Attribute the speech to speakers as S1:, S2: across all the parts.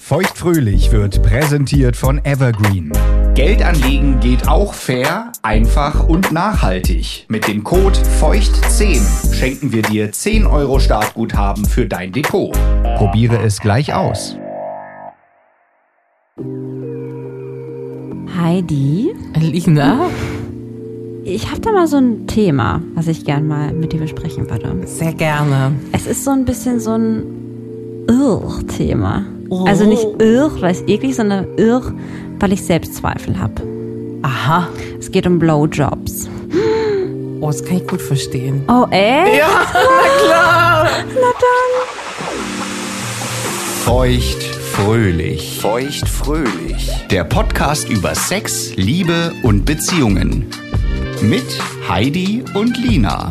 S1: Feuchtfröhlich wird präsentiert von Evergreen.
S2: Geldanlegen geht auch fair, einfach und nachhaltig. Mit dem Code Feucht10 schenken wir dir 10 Euro Startguthaben für dein Depot.
S1: Probiere es gleich aus.
S3: Heidi,
S4: Lina?
S3: ich habe da mal so ein Thema, was ich gern mal mit dir besprechen würde.
S4: Sehr gerne.
S3: Es ist so ein bisschen so ein Irr-Thema.
S4: Oh.
S3: Also nicht irr, weil es eklig, sondern irr, weil ich Selbstzweifel habe.
S4: Aha.
S3: Es geht um Blowjobs.
S4: Oh, das kann ich gut verstehen.
S3: Oh, echt?
S2: Feuchtfröhlich. Feuchtfröhlich. Der Podcast über Sex, Liebe und Beziehungen. Mit Heidi und Lina.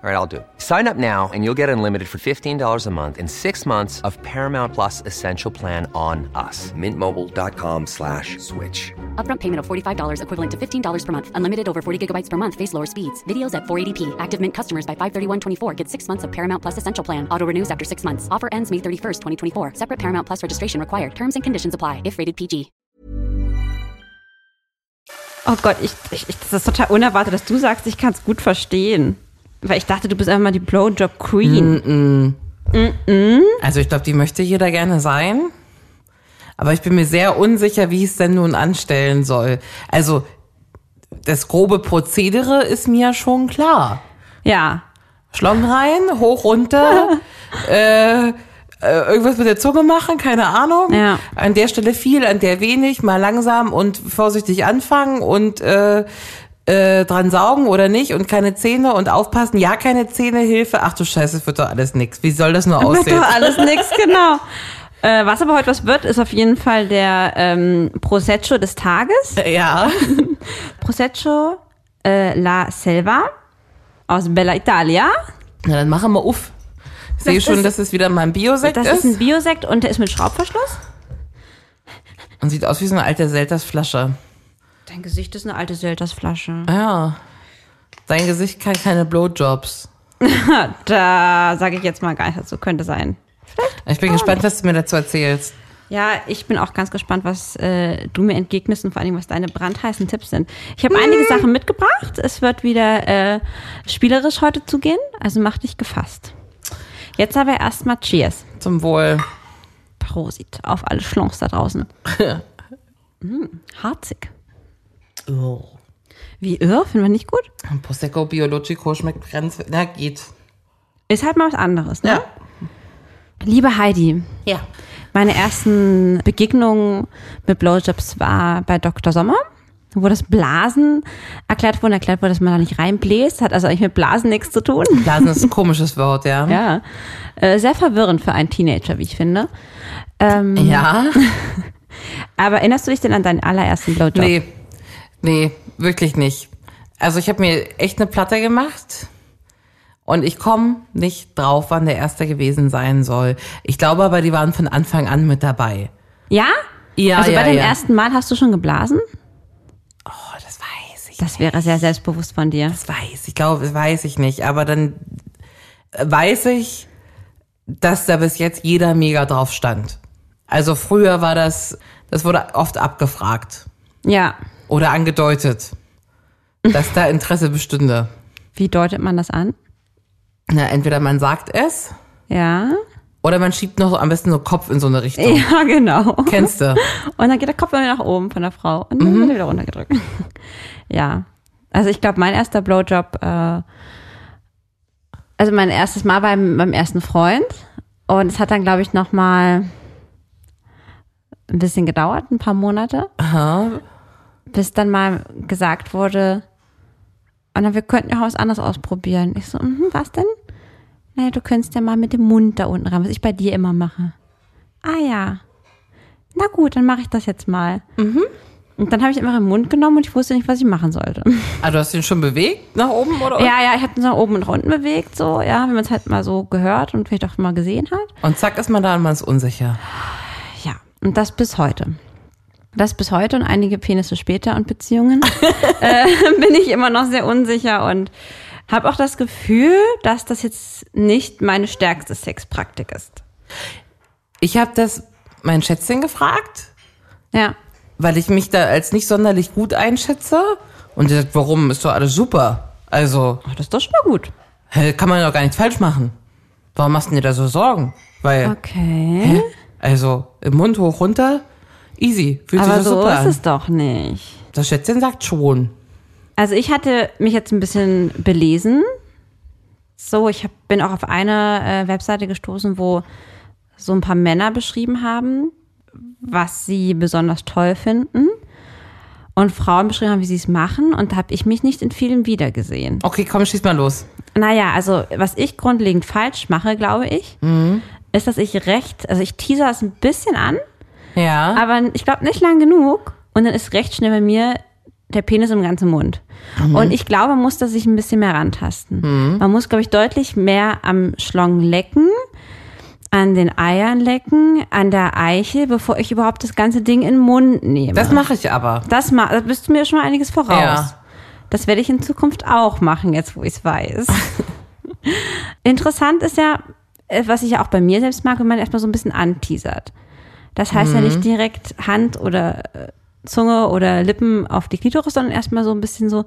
S5: All right, I'll do. it. Sign up now and you'll get unlimited for $15 a month and six months of Paramount Plus Essential Plan on us. Mintmobile.com slash switch.
S6: Upfront payment of $45 equivalent to $15 per month. Unlimited over 40 gigabytes per month. Face lower speeds. Videos at 480p. Active Mint customers by 531.24 get six months of Paramount Plus Essential Plan. Auto renews after six months. Offer ends May 31st, 2024. Separate Paramount Plus registration required. Terms and conditions apply if rated PG.
S3: Oh Gott, ich, ich, ich, das ist total unerwartet, dass du sagst, ich kann es gut verstehen. Weil ich dachte, du bist einfach mal die Blowjob-Queen.
S4: Also ich glaube, die möchte jeder gerne sein. Aber ich bin mir sehr unsicher, wie ich es denn nun anstellen soll. Also das grobe Prozedere ist mir schon klar.
S3: Ja.
S4: Schlong rein, hoch runter, äh, äh, irgendwas mit der Zunge machen, keine Ahnung.
S3: Ja.
S4: An der Stelle viel, an der wenig, mal langsam und vorsichtig anfangen und äh, äh, dran saugen oder nicht und keine Zähne und aufpassen, ja, keine Zähne, Hilfe, ach du Scheiße, es wird doch alles nix. Wie soll das nur
S3: Wird
S4: aussehen?
S3: doch alles nix, genau. Äh, was aber heute was wird, ist auf jeden Fall der ähm, Prosecco des Tages.
S4: Äh, Ja.
S3: Prosecco äh, La Selva aus Bella Italia.
S4: Na, dann machen wir auf. Ich sehe
S3: Das
S4: schon,
S3: ist-
S4: dass es wieder mal ein Biosekt
S3: Das ist
S4: ist.
S3: ein Biosekt und der ist mit Schraubverschluss.
S4: und sieht aus wie so eine alte Seltersflasche.
S3: Dein Gesicht ist eine alte Seltersflasche.
S4: Ja. Dein Gesicht kann keine Blowjobs.
S3: Da sage ich jetzt mal gar nicht, so könnte sein.
S4: Ich
S3: Oh.
S4: bin gespannt, was du mir dazu erzählst.
S3: Ja, ich bin auch ganz gespannt, was äh, du mir entgegnest und vor allem, was deine brandheißen Tipps sind. Ich habe einige Sachen mitgebracht. Es wird wieder äh, spielerisch heute zugehen, also mach dich gefasst. Jetzt aber erstmal Cheers.
S4: Zum Wohl.
S3: Prosit auf alle Schlons da draußen. Hm, harzig. Wie irr, finden wir nicht gut?
S4: Und Prosecco Biologico schmeckt ganz. Na, geht.
S3: Ist halt mal was anderes, ne? Liebe Heidi,
S4: Ja.
S3: Meine ersten Begegnungen mit Blowjobs war bei Dr. Sommer, wo das Blasen erklärt wurde, erklärt wurde, dass man da nicht reinbläst, hat also eigentlich mit Blasen nichts zu tun.
S4: Blasen ist ein komisches Wort, ja.
S3: Ja, äh, sehr verwirrend für einen Teenager, wie ich finde.
S4: Ja?
S3: Aber erinnerst du dich denn an deinen allerersten Blowjob?
S4: Nee. Nee, wirklich nicht. Also ich habe mir echt eine Platte gemacht und ich komme nicht drauf, wann der erste gewesen sein soll. Ich glaube aber, die waren von Anfang an mit dabei.
S3: Ja?
S4: Ja,
S3: Also
S4: ja,
S3: bei dem
S4: ja.
S3: ersten Mal hast du schon geblasen?
S4: Oh, das weiß ich.
S3: Das wäre sehr selbstbewusst von dir.
S4: Das weiß ich. Ich glaube, das weiß ich nicht. Aber dann weiß ich, dass da bis jetzt jeder mega drauf stand. Also früher war das Das wurde oft abgefragt
S3: Ja.
S4: oder angedeutet, dass da Interesse bestünde.
S3: Wie deutet man das an?
S4: Na, entweder man sagt es
S3: Ja.
S4: oder man schiebt noch so am besten so Kopf in so eine Richtung.
S3: Ja, genau.
S4: Kennst du?
S3: Und dann geht der Kopf immer nach oben von der Frau und dann wird er wieder runtergedrückt. ja. Also ich glaube, mein erster Blowjob, äh, also mein erstes Mal beim, beim ersten Freund. Und es hat dann, glaube ich, nochmal ein bisschen gedauert, ein paar Monate. Bis dann mal gesagt wurde, und dann, wir könnten ja auch was anderes ausprobieren. Ich so, mhm, was denn? Naja, du könntest ja mal mit dem Mund da unten ran, was ich bei dir immer mache. Ah ja. Na gut, dann mache ich das jetzt mal. Und dann habe ich einfach den Mund genommen und ich wusste nicht, was ich machen sollte.
S4: Ah, du hast ihn schon bewegt nach oben oder?
S3: Ja, ja, ich habe ihn so nach oben und unten bewegt, so, ja, wenn man es halt mal so gehört und vielleicht auch mal gesehen hat.
S4: Und zack ist man da und man ist unsicher.
S3: Ja, und das bis heute. Das bis heute und einige Penisse später und Beziehungen äh, bin ich immer noch sehr unsicher und habe auch das Gefühl, dass das jetzt nicht meine stärkste Sexpraktik ist.
S4: Ich habe das mein Schätzchen gefragt,
S3: Ja,
S4: weil ich mich da als nicht sonderlich gut einschätze. Und die sagt, warum? Ist doch alles super. Also,
S3: Ach, Oh, das ist doch schon mal gut.
S4: hä, kann man doch gar nichts falsch machen. Warum machst du dir da so Sorgen? Weil,
S3: Okay.
S4: hä? also, im Mund hoch runter, easy. Fühlt
S3: Aber
S4: sich doch
S3: so
S4: super
S3: ist
S4: an.
S3: es doch nicht.
S4: Das Schätzchen sagt schon.
S3: Also ich hatte mich jetzt ein bisschen belesen. So, ich hab, bin auch auf eine äh, Webseite gestoßen, wo so ein paar Männer beschrieben haben, was sie besonders toll finden. Und Frauen beschrieben haben, wie sie es machen. Und da habe ich mich nicht in vielen wiedergesehen.
S4: Okay, komm, schieß mal los.
S3: Naja, also was ich grundlegend falsch mache, glaube ich, ist, dass ich recht, also ich teaser es ein bisschen an,
S4: Ja.
S3: aber ich glaube nicht lang genug. Und dann ist recht schnell bei mir der Penis im ganzen Mund. Und ich glaube, man muss da sich ein bisschen mehr rantasten. Man muss, glaube ich, deutlich mehr am Schlong lecken, an den Eiern lecken, an der Eichel, bevor ich überhaupt das ganze Ding in den Mund nehme.
S4: das mache ich aber.
S3: das ma da bist du mir schon mal einiges voraus.
S4: Ja.
S3: Das werde ich in Zukunft auch machen, jetzt wo ich es weiß. Interessant ist ja, äh, was ich ja auch bei mir selbst mag, wenn man erstmal so ein bisschen anteasert. Das heißt ja
S4: Mhm.
S3: nicht direkt Hand oder äh, Zunge oder Lippen auf die Klitoris, sondern erstmal so ein bisschen so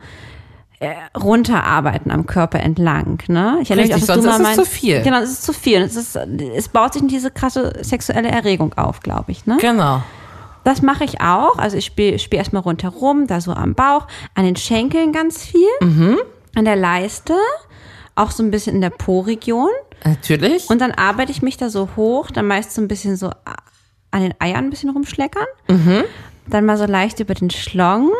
S3: äh, runterarbeiten am Körper entlang. Ne? Ich erinnere mich
S4: Richtig,
S3: auch, dass
S4: sonst ist es
S3: mal
S4: zu viel.
S3: Genau, es ist zu viel. Es, ist, es baut sich in diese krasse sexuelle Erregung auf, glaube ich. Ne?
S4: Genau.
S3: Das mache ich auch. Also ich spiele spiel erstmal rundherum, da so am Bauch, an den Schenkeln ganz viel, an der Leiste, auch so ein bisschen in der Po-Region.
S4: Natürlich.
S3: Und dann arbeite ich mich da so hoch, dann meist so ein bisschen so an den Eiern ein bisschen rumschleckern. Dann mal so leicht über den Schlong.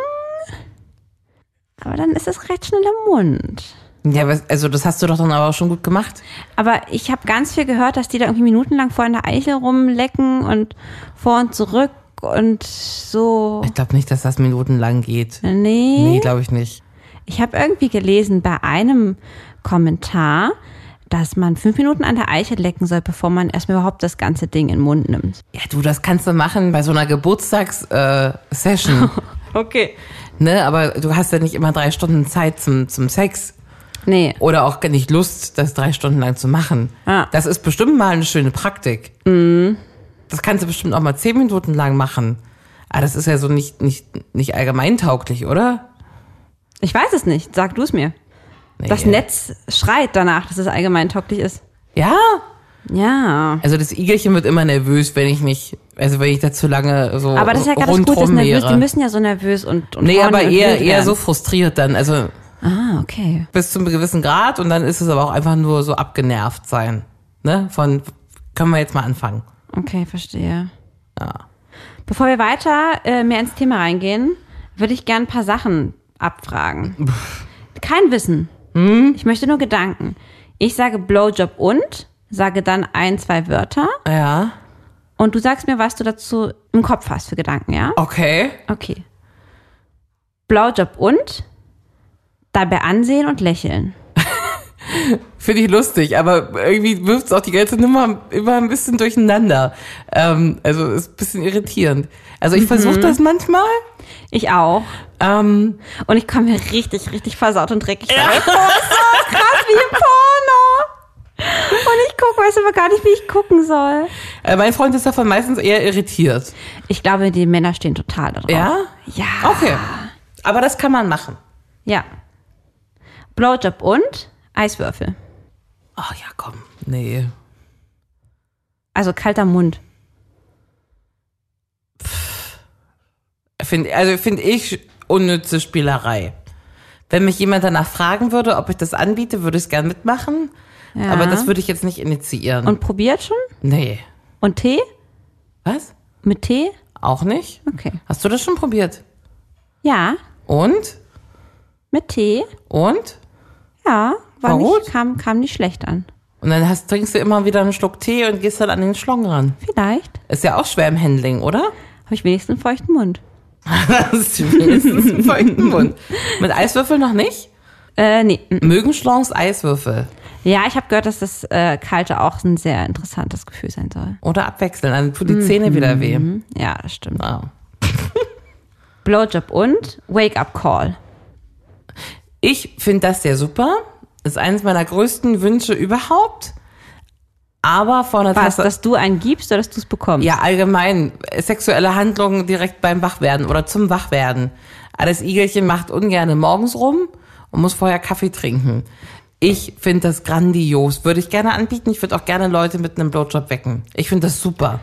S3: Aber dann ist es recht schnell im Mund.
S4: ja, was- also das hast du doch dann aber auch schon gut gemacht.
S3: Aber ich habe ganz viel gehört, dass die da irgendwie minutenlang vor in der Eichel rumlecken und vor und zurück und so.
S4: Ich glaube nicht, dass das minutenlang geht.
S3: Nee.
S4: Nee, glaube ich nicht.
S3: Ich habe irgendwie gelesen bei einem Kommentar, dass man fünf Minuten an der Eiche lecken soll, bevor man erstmal überhaupt das ganze Ding in den Mund nimmt.
S4: Ja, du, das kannst du machen bei so einer Geburtstags-Session. Äh, Session.
S3: Okay.
S4: ne, aber du hast ja nicht immer drei Stunden Zeit zum, zum Sex.
S3: Nee.
S4: Oder auch gar nicht Lust, das drei Stunden lang zu machen.
S3: Ah.
S4: Das ist bestimmt mal eine schöne Praktik.
S3: Mhm.
S4: Das kannst du bestimmt auch mal zehn Minuten lang machen. Aber das ist ja so nicht, nicht, nicht allgemeintauglich, oder?
S3: Ich weiß es nicht. Sag du es mir.
S4: Nee.
S3: Das Netz schreit danach, dass es allgemein tauglich ist.
S4: Ja.
S3: Ja.
S4: Also das Igelchen wird immer nervös, wenn ich nicht, also wenn ich da zu lange so
S3: Aber das ist ja gerade das
S4: rundrum
S3: Gute, ist nervös.
S4: wäre.
S3: Die müssen ja so nervös und, und
S4: Nee,
S3: horny
S4: aber
S3: und
S4: eher,
S3: wild
S4: eher
S3: werden.
S4: so frustriert dann. Also
S3: Ah, okay.
S4: bis zu einem gewissen Grad und dann ist es aber auch einfach nur so abgenervt sein. Ne? Von können wir jetzt mal anfangen.
S3: Okay, verstehe. Bevor wir weiter äh, mehr ins Thema reingehen, würde ich gern ein paar Sachen abfragen. Kein Wissen. Ich möchte nur Gedanken. Ich sage Blowjob und sage dann ein, zwei Wörter
S4: Ja.
S3: und du sagst mir, was du dazu im Kopf hast für Gedanken, ja?
S4: Okay.
S3: Okay. Blowjob und dabei ansehen und lächeln.
S4: Finde ich lustig, aber irgendwie wirft es auch die ganze Nummer immer ein bisschen durcheinander. Ähm, also ist ein bisschen irritierend. Also ich versuche
S3: Mhm.
S4: das manchmal.
S3: Ich auch.
S4: Ähm,
S3: Und Oh, ich komme mir richtig, richtig versaut und dreckig. vor. Das ist so krass wie im Porno. Und ich gucke, weiß aber gar nicht, wie ich gucken soll.
S4: Äh, mein Freund ist davon meistens eher irritiert.
S3: Ich glaube, die Männer stehen total da drauf.
S4: Ja?
S3: Ja.
S4: Okay. Aber das kann man machen.
S3: Ja. Blowjob und Eiswürfel.
S4: Ach Oh, ja, komm. Nee.
S3: Also kalter Mund.
S4: Find, also finde ich unnütze Spielerei. Wenn mich jemand danach fragen würde, ob ich das anbiete, würde ich es gern mitmachen.
S3: Ja.
S4: Aber das würde ich jetzt nicht initiieren.
S3: Und probiert schon?
S4: nee.
S3: Und Tee?
S4: Was?
S3: Mit Tee?
S4: Auch nicht?
S3: Okay.
S4: Hast du das schon probiert?
S3: Ja,
S4: Und?
S3: mit Tee.
S4: Und?
S3: Ja, war
S4: War gut?
S3: nicht, kam, kam nicht schlecht an.
S4: Und dann hast, trinkst du immer wieder einen Schluck Tee und gehst dann an den Schlong ran.
S3: Vielleicht
S4: Ist ja auch schwer im Handling, oder?
S3: habe ich wenigstens einen feuchten Mund.
S4: Das ist wenigstens einen feuchten Mund. Mit Eiswürfel noch nicht?
S3: Äh, nee. mm.
S4: Mögen Schlongs Eiswürfel.
S3: Ja, ich habe gehört, dass das äh, kalte auch ein sehr interessantes Gefühl sein soll.
S4: Oder abwechseln, dann tut die Zähne wieder weh.
S3: Hm? Ja, das stimmt.
S4: Ah.
S3: Blowjob und Wake-up-Call.
S4: Ich finde das sehr super. Ist eines meiner größten Wünsche überhaupt. Aber vor einer
S3: Was,
S4: Tasse.
S3: dass du einen gibst oder dass du es bekommst?
S4: ja, allgemein. Sexuelle Handlungen direkt beim Wachwerden oder zum Wachwerden. Aber Das Igelchen macht ungern morgens rum und muss vorher Kaffee trinken. Ich finde das grandios. Würde ich gerne anbieten. Ich würde auch gerne Leute mit einem Blowjob wecken. Ich finde das super.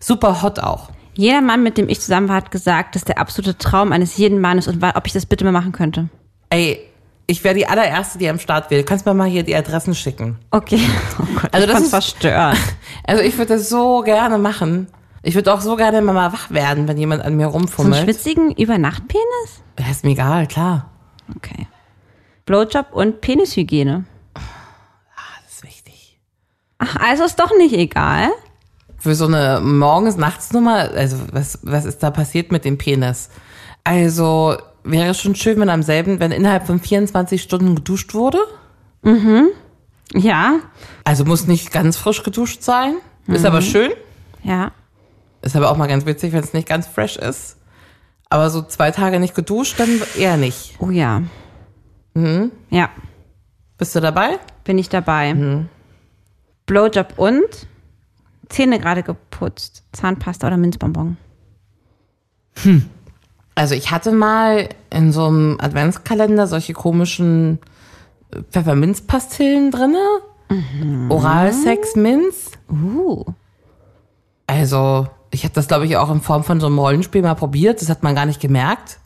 S4: Super hot auch.
S3: Jeder Mann, mit dem ich zusammen war, hat gesagt, das ist der absolute Traum eines jeden Mannes und war, ob ich das bitte mal machen könnte.
S4: Ey, ich wäre die allererste, die am Start will. Kannst mir mal hier die Adressen schicken.
S3: Okay. Oh Gott,
S4: Also
S3: ich
S4: das
S3: fand's
S4: ist-
S3: verstörend.
S4: Also ich würde das so gerne machen. Ich würde auch so gerne immer mal wach werden, wenn jemand an mir
S3: So einen
S4: rumfummelt.
S3: schwitzigen Übernachtpenis?
S4: Ja, ist mir egal, klar.
S3: Okay. Blowjob und Penishygiene.
S4: Das ist wichtig.
S3: Ach, also ist doch nicht egal.
S4: Für so eine Morgens-Nachts-Nummer, also was, was ist da passiert mit dem Penis? Also wäre schon schön, wenn am selben, wenn innerhalb von 24 Stunden geduscht wurde.
S3: Ja,
S4: Also muss nicht ganz frisch geduscht sein. Ist aber schön.
S3: ja.
S4: Ist aber auch mal ganz witzig, wenn es nicht ganz fresh ist. Aber so zwei Tage nicht geduscht, dann eher nicht.
S3: Oh ja.
S4: Mhm.
S3: Ja,
S4: Bist du dabei?
S3: bin ich dabei.
S4: Mhm.
S3: Blowjob und Zähne gerade geputzt. Zahnpasta oder Minzbonbon.
S4: Also ich hatte mal in so einem Adventskalender solche komischen äh, Pfefferminzpastillen drinne.
S3: Mhm.
S4: Oralsex, Minz.
S3: Uh.
S4: Also ich habe das, glaube ich, auch in Form von so einem Rollenspiel mal probiert. Das hat man gar nicht gemerkt.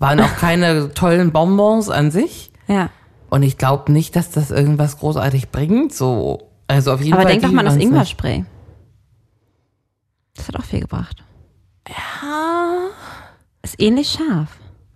S4: Waren auch keine tollen Bonbons an sich.
S3: Ja.
S4: Und ich glaube nicht, dass das irgendwas großartig bringt. So, also auf jeden
S3: Aber
S4: Fall.
S3: denk doch
S4: die
S3: mal an das
S4: waren's nicht.
S3: Ingwer-Spray. Das hat auch viel gebracht. Ist ähnlich scharf.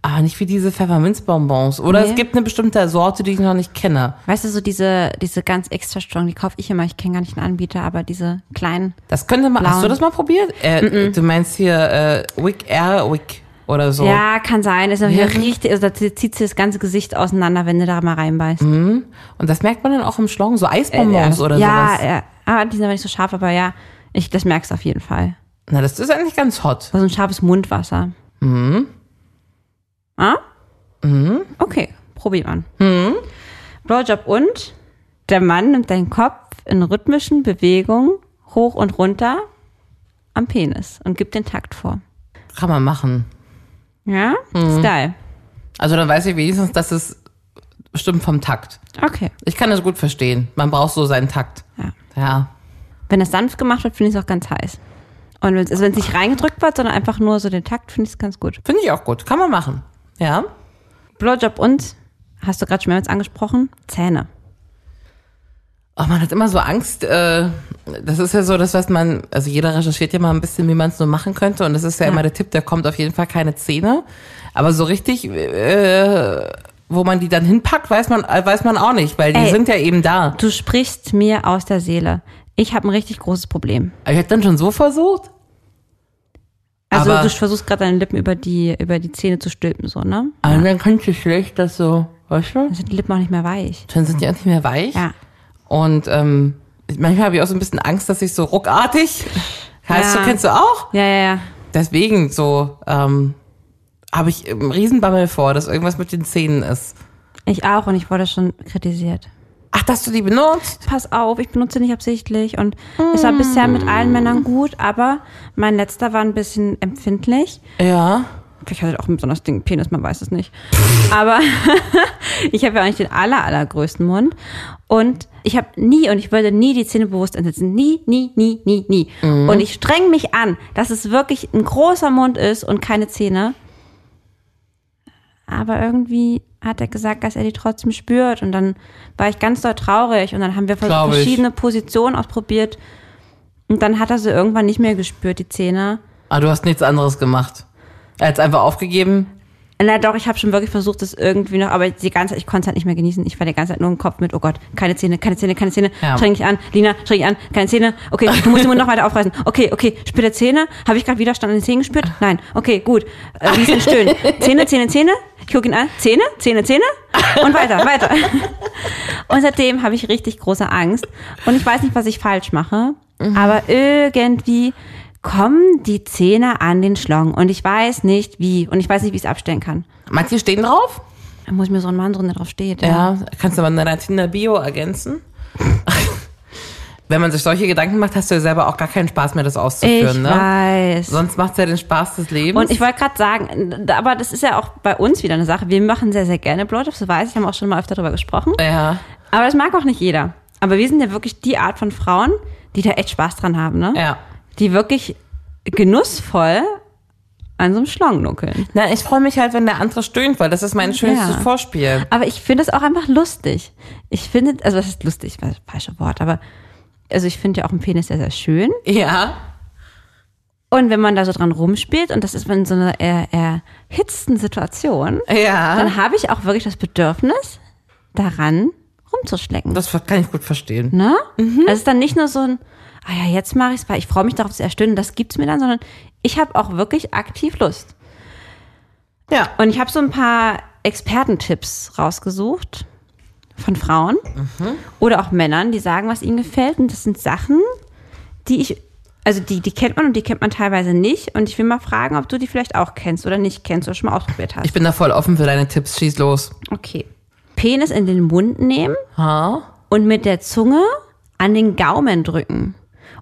S4: Ah, nicht wie diese Pfefferminzbonbons. Oder
S3: Nee.
S4: es gibt eine bestimmte Sorte, die ich noch nicht kenne.
S3: Weißt du, so diese, diese ganz extra strong, die kaufe ich immer. Ich kenne gar nicht den Anbieter, aber diese kleinen.
S4: Das könnte man. Hast
S3: Blauen.
S4: du das mal probiert? Äh, Du meinst hier äh, Wick Air Wick oder so.
S3: Ja, kann sein. Ist natürlich
S4: Oh. Ja.
S3: richtig, also da zieht sie das ganze Gesicht auseinander, wenn du da mal reinbeißt.
S4: Und das merkt man dann auch im Schlong, so Eisbonbons Mm, oder
S3: Äh, ja,
S4: sowas.
S3: Ja, ah, die sind aber nicht so scharf, aber ja, ich, das merkst du auf jeden Fall.
S4: Na, das ist eigentlich ganz hot.
S3: So ein scharfes Mundwasser. Mhm. Ah? Mhm. Okay, probier mal. Mhm. Blowjob und der Mann nimmt deinen Kopf in rhythmischen Bewegungen hoch und runter am Penis und gibt den Takt vor.
S4: Kann man machen.
S3: Ja? Style.
S4: Also dann weiß ich wenigstens, dass es stimmt vom Takt.
S3: Okay.
S4: Ich kann das gut verstehen. Man braucht so seinen Takt.
S3: Ja.
S4: Ja.
S3: Wenn das sanft gemacht wird, finde ich es auch ganz heiß. Und wenn es also wenn's nicht reingedrückt wird, sondern einfach nur so den Takt, finde ich es ganz gut.
S4: Finde ich auch gut. Kann man machen. Ja.
S3: Blowjob und, hast du gerade schon mehrmals angesprochen, Zähne.
S4: Oh, man hat immer so Angst. Äh, das ist ja so das, was man, also jeder recherchiert ja mal ein bisschen, wie man es so machen könnte. Und das ist ja, immer der Tipp, da kommt auf jeden Fall keine Zähne. Aber so richtig, äh, wo man die dann hinpackt, weiß man, äh, weiß man auch nicht, weil die
S3: Ey.
S4: sind ja eben da.
S3: Du sprichst mir aus der Seele. Ich habe ein richtig großes Problem.
S4: Ich hätte dann schon so versucht.
S3: Also
S4: Aber-
S3: du versuchst gerade deine Lippen über die, über die Zähne zu stülpen, so, ne?
S4: Aber dann kannst du schlecht das so, weißt du?
S3: Dann sind die Lippen auch nicht mehr weich.
S4: Dann sind die auch nicht mehr weich.
S3: Ja.
S4: Und ähm, manchmal habe ich auch so ein bisschen Angst, dass ich so ruckartig. Heißt
S3: Ja.
S4: du, kennst du auch?
S3: Ja, ja, ja.
S4: Deswegen so ähm, habe ich einen Riesenbammel vor, dass irgendwas mit den Zähnen ist.
S3: Ich auch und ich wurde schon kritisiert.
S4: Ach, dass du die benutzt?
S3: pass auf, ich benutze nicht absichtlich und es war bisher mit allen Männern gut, aber mein letzter war ein bisschen empfindlich.
S4: Ja.
S3: Vielleicht hatte ich auch ein besonders dicken Penis, man weiß es nicht. Aber ich habe ja auch nicht den aller, allergrößten Mund und ich habe nie und ich würde nie die Zähne bewusst einsetzen. Nie, nie, nie, nie, nie.
S4: Mhm.
S3: Und ich streng mich an, dass es wirklich ein großer Mund ist und keine Zähne. Aber irgendwie hat er gesagt, dass er die trotzdem spürt. Und dann war ich ganz doll traurig. Und dann haben wir
S4: Glaub ich.
S3: verschiedene Positionen ausprobiert. Und dann hat er sie irgendwann nicht mehr gespürt, die Zähne.
S4: Ah, du hast nichts anderes gemacht. Er hat's einfach aufgegeben.
S3: Na doch, ich habe schon wirklich versucht, das irgendwie noch, aber die ganze Zeit, ich konnte es halt nicht mehr genießen. Ich war die ganze Zeit nur im Kopf mit, oh Gott, keine Zähne, keine Zähne, keine Zähne,
S4: Ja.
S3: streng dich an, Lina, streng dich an, keine Zähne, okay, du musst den Mund noch weiter aufreißen. Okay, okay, spürt der Zähne? Habe ich gerade Widerstand an den Zähnen gespürt? Nein. Okay, gut. Äh, ein bisschen stöhnen. Zähne, Zähne, Zähne. Ich gucke ihn an, Zähne, Zähne, Zähne und weiter, weiter. Und seitdem habe ich richtig große Angst. Und ich weiß nicht, was ich falsch mache, aber irgendwie kommen die Zähne an den Schlong. Und ich weiß nicht, wie. Und ich weiß nicht, wie ich es abstellen kann.
S4: Manche stehen drauf?
S3: Da muss ich mir so einen Mann drin, der drauf steht.
S4: Ja, kannst du aber in deiner Tinder-Bio ergänzen. Wenn man sich solche Gedanken macht, hast du ja selber auch gar keinen Spaß mehr, das auszuführen,
S3: Ich
S4: ne?
S3: weiß.
S4: Sonst macht's ja den Spaß des Lebens.
S3: Und ich wollte gerade sagen, aber das ist ja auch bei uns wieder eine Sache. Wir machen sehr, sehr gerne Blowjobs, das weiß ich, haben auch schon mal öfter darüber gesprochen.
S4: ja.
S3: Aber das mag auch nicht jeder. Aber wir sind ja wirklich die Art von Frauen, die da echt Spaß dran haben, ne?
S4: Ja.
S3: Die wirklich genussvoll an so einem Schlong nuckeln.
S4: Na, ich freue mich halt, wenn der andere stöhnt, weil das ist mein schönstes
S3: Ja.
S4: Vorspiel.
S3: Aber ich finde es auch einfach lustig. Ich finde, also das ist lustig, das falsche Wort, aber also ich finde ja auch einen Penis sehr, sehr schön.
S4: Ja.
S3: Und wenn man da so dran rumspielt und das ist in so einer eher eher erhitzten Situation,
S4: Ja.
S3: dann habe ich auch wirklich das Bedürfnis, daran rumzuschlecken.
S4: Das kann ich gut verstehen.
S3: ne? Also es ist dann nicht nur so ein, ah ja, jetzt mache ich es, weil ich freue mich darauf zu erstöhnen, das gibt's mir dann, sondern ich habe auch wirklich aktiv Lust.
S4: Ja.
S3: Und ich habe so ein paar Expertentipps rausgesucht von Frauen oder auch Männern, die sagen, was ihnen gefällt. Und das sind Sachen, die ich, also die, die kennt man und die kennt man teilweise nicht. Und ich will mal fragen, ob du die vielleicht auch kennst oder nicht kennst oder schon mal ausprobiert hast.
S4: Ich bin da voll offen für deine Tipps. Schieß los.
S3: Okay. Penis in den Mund nehmen
S4: Ha?
S3: und mit der Zunge an den Gaumen drücken.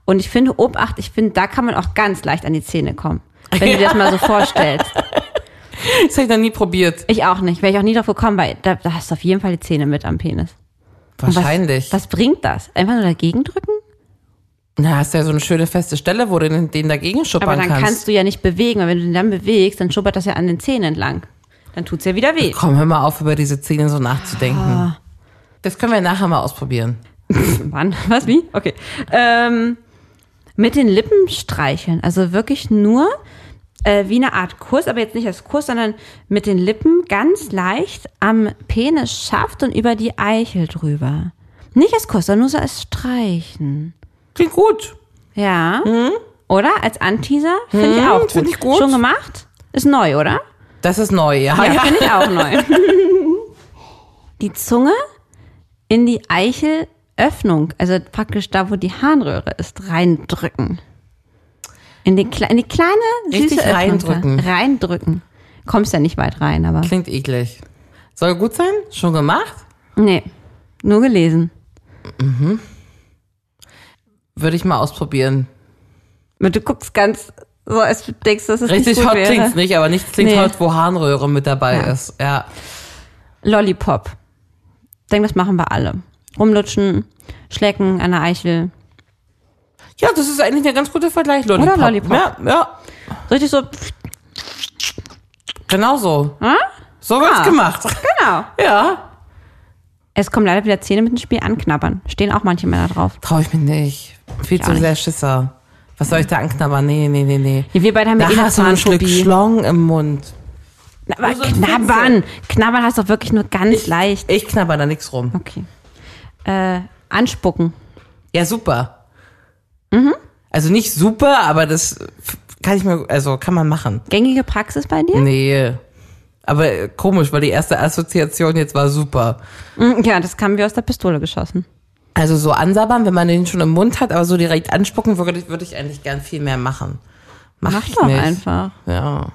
S3: Und ich finde, Obacht, ich finde, da kann man auch ganz leicht an die Zähne kommen. Wenn du dir das mal so vorstellst.
S4: Das habe ich noch nie probiert.
S3: Ich auch nicht. Wäre ich auch nie drauf gekommen, weil da, da hast du auf jeden Fall die Zähne mit am Penis. Und
S4: Wahrscheinlich.
S3: Was, was bringt das? Einfach nur dagegen drücken?
S4: Na, hast ja so eine schöne feste Stelle, wo du den, den dagegen schuppern
S3: Aber dann kannst.
S4: kannst.
S3: du ja nicht bewegen, weil wenn du den dann bewegst, dann schubbert das ja an den Zähnen entlang. Dann tut's ja wieder weh.
S4: Komm, hör mal auf, über diese Zähne so nachzudenken. Das können wir nachher mal ausprobieren.
S3: Wann? Was? Wie? Okay. Ähm, mit den Lippen streicheln. Also wirklich nur äh, wie eine Art Kuss, aber jetzt nicht als Kuss, sondern mit den Lippen ganz leicht am Penis schafft und über die Eichel drüber. Nicht als Kuss, sondern nur so als Streichen.
S4: Klingt gut.
S3: Ja. Oder? Als Anteaser? Finde ich auch gut.
S4: Hm? find ich gut.
S3: Schon gemacht? Ist neu, oder?
S4: Das ist neu, ja.
S3: Ja, finde ich auch neu. Die Zunge in die Eichelöffnung, also praktisch da, wo die Harnröhre ist, reindrücken. In die, kle in die kleine,
S4: Richtig
S3: süße Öffnung da.
S4: reindrücken.
S3: Reindrücken. Kommst ja nicht weit rein, aber.
S4: Klingt eklig. Soll gut sein? Schon gemacht?
S3: Nee, nur gelesen.
S4: Würde ich mal ausprobieren.
S3: Und du guckst ganz so, als du denkst, dass es nicht
S4: Richtig
S3: gut
S4: hot
S3: wäre.
S4: klingt's nicht, aber nichts klingt
S3: Nee.
S4: hot, wo Harnröhre mit dabei
S3: Ja.
S4: ist. Ja.
S3: Lollipop. Ich denke, das machen wir alle. Rumlutschen, schlecken an der Eichel.
S4: Ja, das ist eigentlich ein ganz guter Vergleich, Lollipop.
S3: Oder Lollipop.
S4: Ja, ja.
S3: So Richtig so, pff,
S4: Genau so. So wird's
S3: Ah.
S4: gemacht.
S3: genau.
S4: Ja.
S3: Es kommen leider wieder Zähne mit dem Spiel anknabbern. Stehen auch manche Männer drauf.
S4: Traue ich mich nicht. Viel
S3: Ich
S4: zu
S3: auch
S4: sehr Schisser. Was soll ich da anknabbern? Nee, nee, nee, nee.
S3: Ja, wir beide haben ja
S4: Da
S3: eh eine
S4: hast du ein Stück
S3: Zahnphobie.
S4: Schlong im Mund.
S3: Na, Aber knabbern. Knabbern heißt doch wirklich nur ganz leicht.
S4: Ich knabber da nichts rum.
S3: Okay. Äh, anspucken.
S4: Ja, super.
S3: Mhm.
S4: Also nicht super, aber das kann ich mir, also kann man machen.
S3: Gängige Praxis bei dir?
S4: Nee. Aber äh, komisch, weil die erste Assoziation jetzt war super. Hm.
S3: Mm, Ja, das kam wie aus der Pistole geschossen.
S4: Also so ansabbern, wenn man den schon im Mund hat, aber so direkt anspucken, würde ich, würde ich eigentlich gern viel mehr machen. Mach,
S3: Mach
S4: ich
S3: doch
S4: nicht.
S3: einfach.
S4: Ja.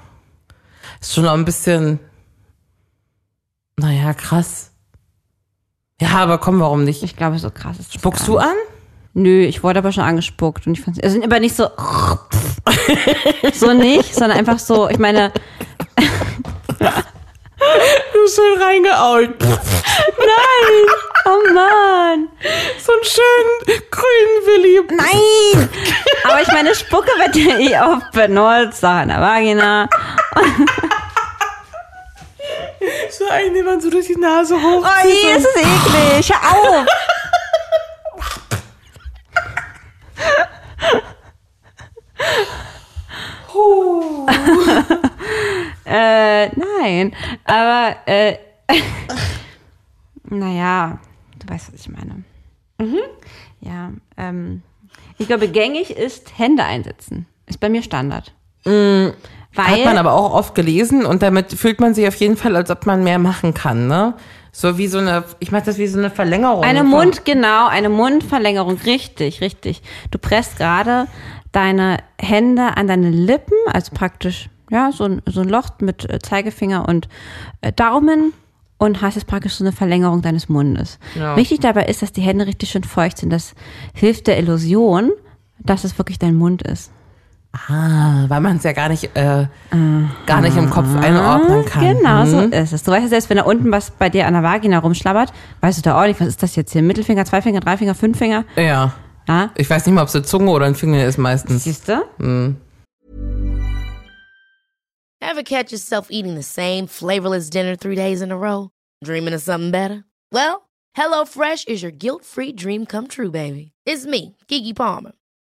S4: Ist schon auch ein bisschen, naja, krass. Ja, aber komm, warum nicht?
S3: Ich glaube, so krass ist das.
S4: Spuckst
S3: gar
S4: du
S3: nicht.
S4: an?
S3: Nö, ich wurde aber schon angespuckt und ich fand's, also aber nicht so, so nicht, sondern einfach so, ich meine,
S4: Du bist schön reingeault.
S3: nein, oh Mann,
S4: So einen schönen grünen Willi.
S3: nein, aber ich meine, Spucke wird ja eh oft benutzt, auch in der Vagina.
S4: So einen, den man so durch die Nase hoch.
S3: Oh, ih, ist es eklig, hör auf. äh, nein, aber äh, naja, du weißt, was ich meine.
S4: Mhm.
S3: Ja, ähm, ich glaube, gängig ist Hände einsetzen. Ist bei mir Standard. Weil,
S4: Mm, Hat man aber auch oft gelesen und damit fühlt man sich auf jeden Fall, als ob man mehr machen kann, ne? So wie so eine, ich mach das wie so eine Verlängerung.
S3: Eine
S4: von-
S3: Mund, genau, eine Mundverlängerung. Richtig, richtig. Du presst gerade deine Hände an deine Lippen, also praktisch, ja, so ein, so ein Loch mit äh, Zeigefinger und äh, Daumen und hast jetzt praktisch so eine Verlängerung deines Mundes. Wichtig dabei ist, dass die Hände richtig schön feucht sind. Das hilft der Illusion, dass es wirklich dein Mund ist.
S4: Ah, weil man es ja gar nicht, äh, gar nicht im Kopf einordnen kann.
S3: äh,
S4: Hm?
S3: Genau so ist es. Du weißt ja selbst, wenn da unten was bei dir an der Vagina rumschlabbert, weißt du da auch nicht, was ist das jetzt hier? Mittelfinger, Zweifinger, Dreifinger, Fünffinger?
S4: Ja.
S3: Ja,
S4: Ich weiß nicht mal, ob es eine Zunge oder ein Finger ist meistens.
S3: siehst du?
S7: Ever catch yourself eating the same flavorless dinner three days in a row? Dreaming of something better? Well, HelloFresh is your guilt free dream come true, baby. It's me, Gigi Palmer.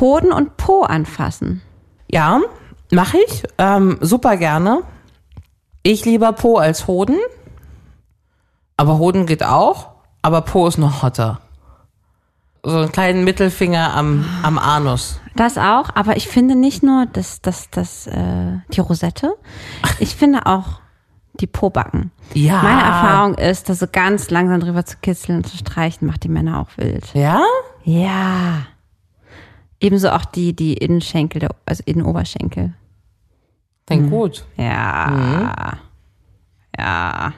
S3: Hoden und Po anfassen.
S4: Ja, mache ich. Ähm, super gerne. Ich lieber Po als Hoden. Aber Hoden geht auch. Aber Po ist noch hotter. So einen kleinen Mittelfinger am, am Anus.
S3: Das auch, aber ich finde nicht nur das, das, das, äh, die Rosette, ich finde auch die Pobacken.
S4: Ja.
S3: Meine Erfahrung ist, dass so ganz langsam drüber zu kitzeln und zu streichen, macht die Männer auch wild.
S4: Ja?
S3: Ja. Ebenso auch die, die Innenschenkel, der- also Innenoberschenkel.
S4: Denk gut.
S3: Ja.
S4: Ja.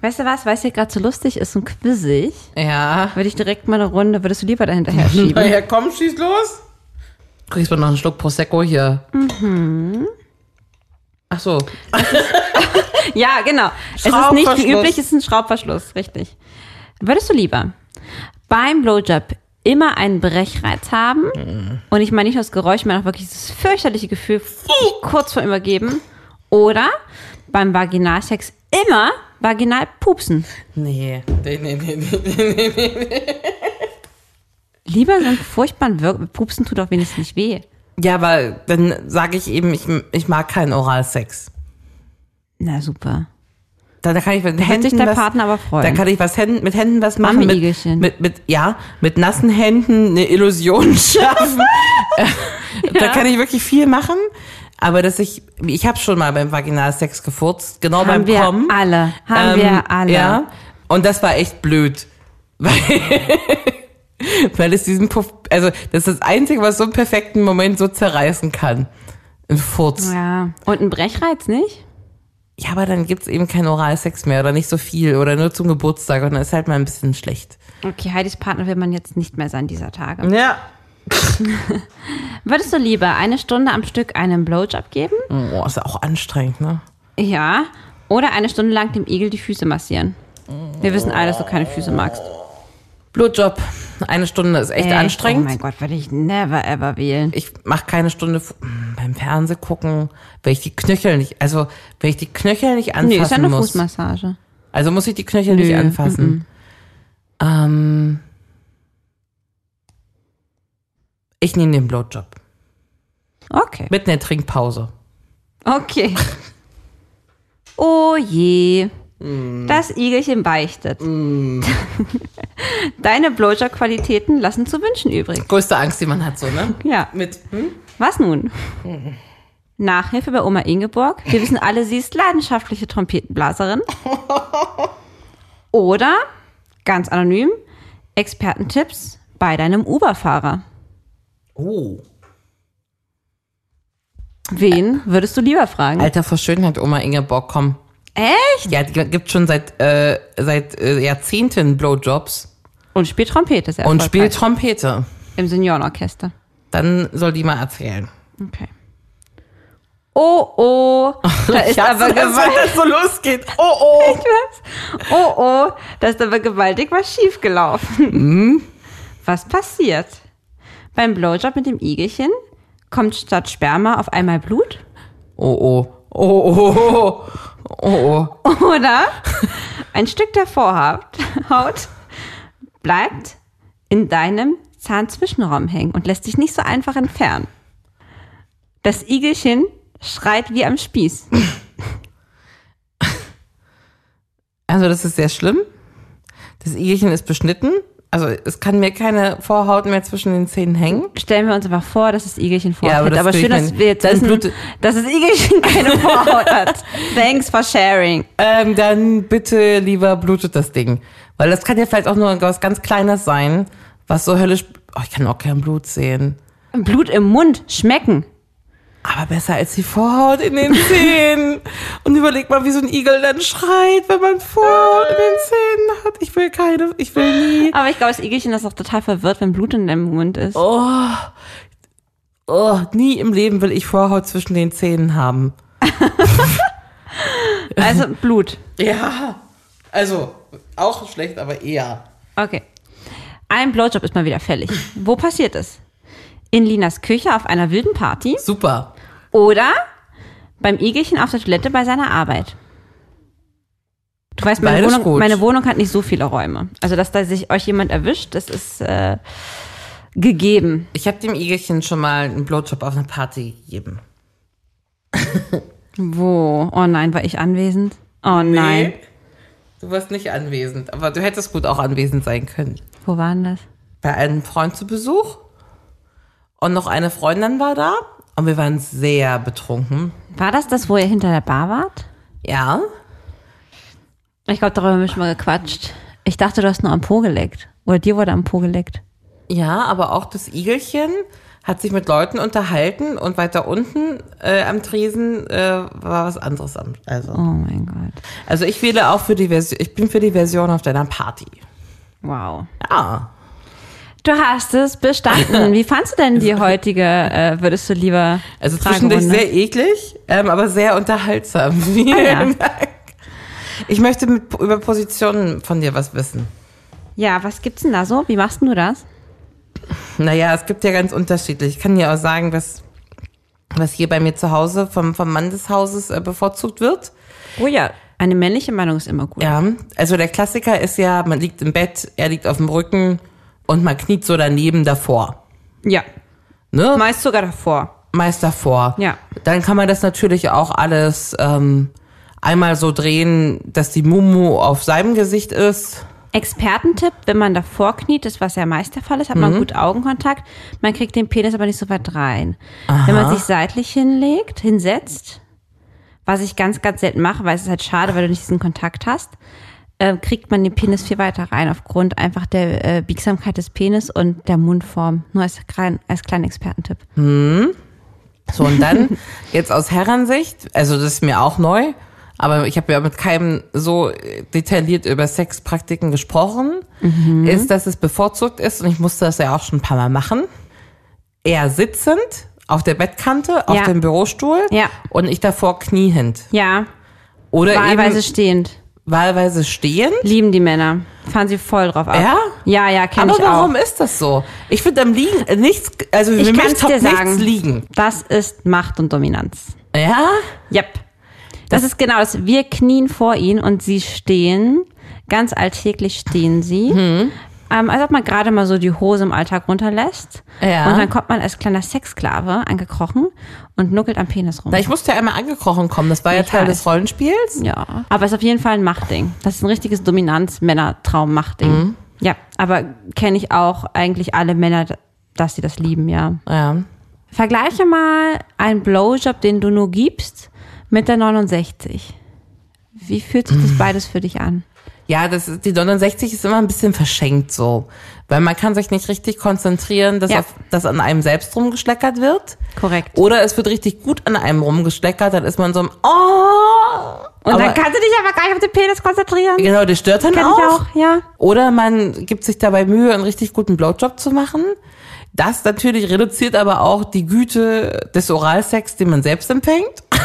S3: Weißt du was, weil es hier gerade so lustig ist und quizzig,
S4: Ja.
S3: würde ich direkt mal eine Runde, würdest du lieber dahinterher schieben?
S4: ja, komm, schieß los. Kriegst du noch einen Schluck Prosecco hier? Mhm. Ach so.
S3: Ja, genau. Es ist nicht wie
S4: Schraubverschluss.
S3: üblich, es ist ein Schraubverschluss, richtig. Würdest du lieber beim Blowjob immer einen Brechreiz haben?
S4: Mhm.
S3: Und ich meine nicht nur das Geräusch, ich meine auch wirklich dieses fürchterliche Gefühl, sich kurz vor übergeben. Oder beim Vaginalsex immer vaginal pupsen.
S4: Nee. Nee, nee, nee, nee.
S3: Lieber so einen furchtbaren Wirk Pupsen tut doch wenigstens nicht weh.
S4: Ja, weil dann sage ich eben, ich, ich mag keinen Oralsex.
S3: Na super.
S4: Da, da kann ich mit Händen
S3: sich dein
S4: was,
S3: Partner aber freuen.
S4: Da kann ich was Händen, mit Händen was machen. Mit,
S3: Mammiigelchen.
S4: mit, mit, ja, mit nassen Händen eine Illusion schaffen. Äh, Da kann ich wirklich viel machen. Aber dass ich, ich habe schon mal beim Vaginalsex gefurzt, genau
S3: Haben
S4: beim
S3: wir
S4: Kommen. Ähm,
S3: alle, haben wir alle.
S4: Ja, und das war echt blöd. Weil, weil es diesen Puff, also das ist das Einzige, was so einen perfekten Moment so zerreißen kann. Ein Furz.
S3: Ja. Und ein Brechreiz nicht?
S4: Ja, aber dann gibt's eben keinen Oralsex mehr oder nicht so viel oder nur zum Geburtstag und dann ist halt mal ein bisschen schlecht.
S3: Okay, Heidis Partner will man jetzt nicht mehr sein dieser Tage.
S4: Ja.
S3: Würdest du lieber eine Stunde am Stück einen Blowjob geben?
S4: Boah, ist auch anstrengend, ne?
S3: Ja. Oder eine Stunde lang dem Igel die Füße massieren. Wir wissen alle, dass du keine Füße magst.
S4: Blutjob. Eine Stunde ist echt
S3: Echt?
S4: anstrengend.
S3: Oh mein Gott, würde ich never ever wählen.
S4: ich mache keine Stunde f- mm, beim Fernsehen gucken, wenn ich die Knöchel nicht, also wenn ich die Knöchel nicht anfassen
S3: Nee, ist ja eine
S4: muss.
S3: Fußmassage.
S4: Also muss ich die Knöchel
S3: Nö,
S4: nicht anfassen. Ähm, ich nehme den Blowjob.
S3: Okay.
S4: Mit einer Trinkpause.
S3: Okay. Oh je.
S4: Mm.
S3: Das Igelchen beichtet. Deine Blowjob-Qualitäten lassen zu wünschen übrig.
S4: Größte Angst, die man hat, so, ne?
S3: Ja.
S4: Mit. Hm? Mhm.
S3: Was nun? Nachhilfe bei Oma Ingeborg. Wir wissen alle, sie ist leidenschaftliche Trompetenblaserin. Oder, ganz anonym, Expertentipps bei deinem Uber-Fahrer.
S4: Oh.
S3: Wen würdest du lieber fragen?
S4: Alter vor Schönheit, Oma Ingeborg, komm.
S3: Echt?
S4: Ja, die gibt schon seit, äh, seit äh, Jahrzehnten Blowjobs
S3: Und spielt Trompete sehr
S4: und spielt
S3: erfolgreich.
S4: Trompete.
S3: Im Seniorenorchester.
S4: Dann soll die mal erzählen.
S3: Okay. Oh, oh, da ist aber gewaltig.
S4: das so losgeht. Oh, oh.
S3: Oh, oh, da ist aber gewaltig was schiefgelaufen. Was passiert? Beim Blowjob mit dem Igelchen kommt statt Sperma auf einmal Blut?
S4: Oh, oh. Oh, oh, oh, oh, oh. oh.
S3: Oder ein Stück der Vorhaut Haut bleibt in deinem Zahnzwischenraum hängen und lässt sich nicht so einfach entfernen. Das Igelchen schreit wie am Spieß.
S4: Also das ist sehr schlimm. Das Igelchen ist beschnitten. Also es kann mir keine Vorhaut mehr zwischen den Zähnen hängen.
S3: Stellen wir uns einfach vor, dass das Igelchen Vorhaut
S4: Ja, aber
S3: hat.
S4: das
S3: Aber
S4: will
S3: schön,
S4: ich
S3: dass
S4: nicht.
S3: wir jetzt
S4: Dann
S3: wissen,
S4: blutet-
S3: dass das Igelchen keine Vorhaut hat. Thanks for sharing.
S4: Ähm, dann bitte lieber blutet das Ding. Weil das kann ja vielleicht auch nur was ganz Kleines sein, was so höllisch... Oh, ich kann auch kein Blut sehen.
S3: Blut im Mund schmecken.
S4: Aber besser als die Vorhaut in den Zähnen. Und überleg mal, wie so ein Igel dann schreit, wenn man Vorhaut in den Zähnen hat. Ich will keine, ich will nie.
S3: Aber ich glaube, das Igelchen ist auch total verwirrt, wenn Blut in deinem Mund ist.
S4: Oh, nie im Leben will ich Vorhaut zwischen den Zähnen haben.
S3: Also Blut.
S4: Ja. Also, auch schlecht, aber eher.
S3: Okay. Ein Blowjob ist mal wieder fällig. Wo passiert es? In Linas Küche auf einer wilden Party
S4: Super.
S3: oder beim Igelchen auf der Toilette bei seiner Arbeit? Du weißt, meine
S4: Beides
S3: Wohnung,
S4: gut.
S3: meine Wohnung hat nicht so viele Räume. Also, dass da sich euch jemand erwischt, das ist äh, gegeben.
S4: Ich habe dem Igelchen schon mal einen Blowjob auf einer Party gegeben.
S3: Wo? Oh nein, war ich anwesend? Oh nein.
S4: Du warst nicht anwesend, aber du hättest gut auch anwesend sein können.
S3: Wo waren das?
S4: bei einem Freund zu Besuch und noch eine Freundin war da und wir waren sehr betrunken.
S3: War das das, wo ihr hinter der Bar wart?
S4: Ja.
S3: Ich glaube, darüber haben wir schon mal gequatscht. Ich dachte, du hast nur am Po geleckt. Oder dir wurde am Po geleckt.
S4: Ja, aber auch das Igelchen hat sich mit Leuten unterhalten und weiter unten äh, am Tresen äh, war was anderes. Am, also.
S3: Oh mein Gott.
S4: also ich wähle auch für die Version, ich bin für die Version auf deiner Party.
S3: Wow.
S4: Ja.
S3: Du hast es bestanden. Wie fandst du denn die heutige, äh, würdest du lieber
S4: Also
S3: Fragerunde?
S4: zwischendurch sehr eklig, ähm, aber sehr unterhaltsam. Vielen
S3: Ah, ja.
S4: Dank. Ich möchte mit, über Positionen von dir was wissen.
S3: Ja, was gibt's denn da so? Wie machst denn du das?
S4: Naja, es gibt ja ganz unterschiedlich. Ich kann ja auch sagen, was, was hier bei mir zu Hause vom, vom Mann des Hauses äh, bevorzugt wird.
S3: Oh ja. Eine männliche Meinung ist immer gut.
S4: Ja, also der Klassiker ist ja, man liegt im Bett, er liegt auf dem Rücken und man kniet so daneben davor.
S3: ja.
S4: Ne?
S3: Meist sogar davor.
S4: Meist davor.
S3: Ja.
S4: Dann kann man das natürlich auch alles ähm, einmal so drehen, dass die Mumu auf seinem Gesicht ist.
S3: Expertentipp, wenn man davor kniet, ist was ja meist der Fall ist, hat
S4: Mhm.
S3: man gut Augenkontakt. Man kriegt den Penis aber nicht so weit rein. Wenn man sich seitlich hinlegt, hinsetzt, was ich ganz, ganz selten mache, weil es ist halt schade, weil du nicht diesen Kontakt hast, äh, kriegt man den Penis viel weiter rein, aufgrund einfach der äh, Biegsamkeit des Penis und der Mundform. Nur als, klein, als kleinen Expertentipp.
S4: So, und dann, jetzt aus Herrensicht, also das ist mir auch neu, aber ich habe ja mit keinem so äh, detailliert über Sexpraktiken gesprochen,
S3: Mhm.
S4: ist, dass es bevorzugt ist, und ich musste das ja auch schon ein paar Mal machen, eher sitzend auf der Bettkante, auf
S3: Ja.
S4: dem Bürostuhl
S3: Ja.
S4: und ich davor kniehend.
S3: Ja,
S4: Oder
S3: Wahlweise
S4: Äh, eben
S3: stehend.
S4: wahlweise stehen.
S3: Lieben die Männer. Fahren sie voll drauf ab.
S4: Ja?
S3: Ja, ja, kenne
S4: Aber
S3: ich auch.
S4: warum ist das so? Ich finde am Liegen äh, nichts, also
S3: Ich
S4: für
S3: kann
S4: mich
S3: dir
S4: top
S3: sagen.
S4: nichts liegen.
S3: Das ist Macht und Dominanz.
S4: Ja?
S3: Yep. Das, ist genau das. Wir knien vor ihnen und sie stehen. Ganz alltäglich stehen sie.
S4: Hm.
S3: Ähm, als ob man gerade mal so die Hose im Alltag runterlässt.
S4: Ja.
S3: Und dann kommt man als kleiner Sexsklave angekrochen und nuckelt am Penis rum.
S4: Na, ich musste ja einmal angekrochen kommen. Das war ja
S3: Ich
S4: Teil
S3: weiß.
S4: des Rollenspiels.
S3: ja. Aber es ist auf jeden Fall ein Machtding. Das ist ein richtiges Dominanz-Männer-Traum-Machtding.
S4: Mhm.
S3: Ja, aber kenne ich auch eigentlich alle Männer, dass sie das lieben, ja.
S4: Ja.
S3: Vergleiche mal einen Blowjob, den du nur gibst, mit der 69. Wie fühlt sich
S4: Mhm.
S3: das beides für dich an?
S4: Ja, das ist, die 69 ist immer ein bisschen verschenkt so. Weil man kann sich nicht richtig konzentrieren, dass,
S3: Ja.
S4: auf, dass an einem selbst rumgeschleckert wird.
S3: Korrekt.
S4: Oder es wird richtig gut an einem rumgeschleckert, dann ist man so im Oh!
S3: Und
S4: aber,
S3: dann kannst du dich aber gar nicht auf den Penis konzentrieren.
S4: Genau, das stört dann
S3: Kenn
S4: auch.
S3: ich auch, ja.
S4: Oder man gibt sich dabei Mühe, einen richtig guten Blowjob zu machen. Das natürlich reduziert aber auch die Güte des Oralsex, den man selbst empfängt.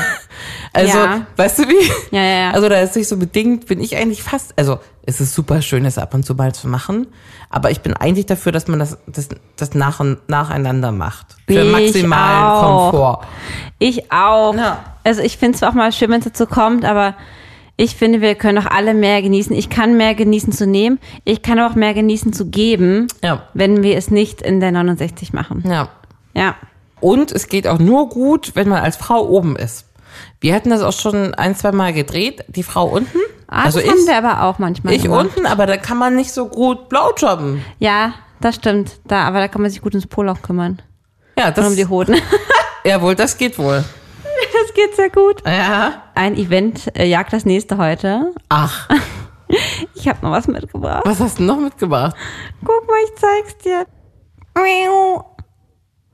S4: Also,
S3: Ja.
S4: weißt du wie?
S3: Ja, ja, ja.
S4: Also da ist sich so bedingt, bin ich eigentlich fast, also es ist super schön, das ab und zu mal zu machen, aber ich bin eigentlich dafür, dass man das, das, das nach und nacheinander macht. Für
S3: Ich
S4: maximalen
S3: auch.
S4: Komfort.
S3: Ich auch. Also ich finde es auch mal schön, wenn es dazu kommt, aber ich finde, wir können auch alle mehr genießen. Ich kann mehr genießen zu nehmen. Ich kann aber auch mehr genießen zu geben,
S4: Ja.
S3: wenn wir es nicht in der 69 machen.
S4: Ja.
S3: Ja.
S4: Und es geht auch nur gut, wenn man als Frau oben ist. Wir hatten das auch schon ein, zwei Mal gedreht, die Frau unten.
S3: Ah,
S4: also
S3: das
S4: ich,
S3: haben wir aber auch manchmal.
S4: ich
S3: gemacht.
S4: unten, aber da kann man nicht so gut blowjobben.
S3: Ja, das stimmt. Da, aber da kann man sich gut ums Poloch kümmern.
S4: Ja,
S3: Und
S4: das,
S3: um die Hoden.
S4: jawohl, das geht wohl.
S3: Das geht sehr gut.
S4: Ja.
S3: Ein Event äh, jagt das nächste heute.
S4: Ach,
S3: Ich habe noch was mitgebracht.
S4: was hast du noch mitgebracht?
S3: Guck mal, ich zeig's dir. Miau.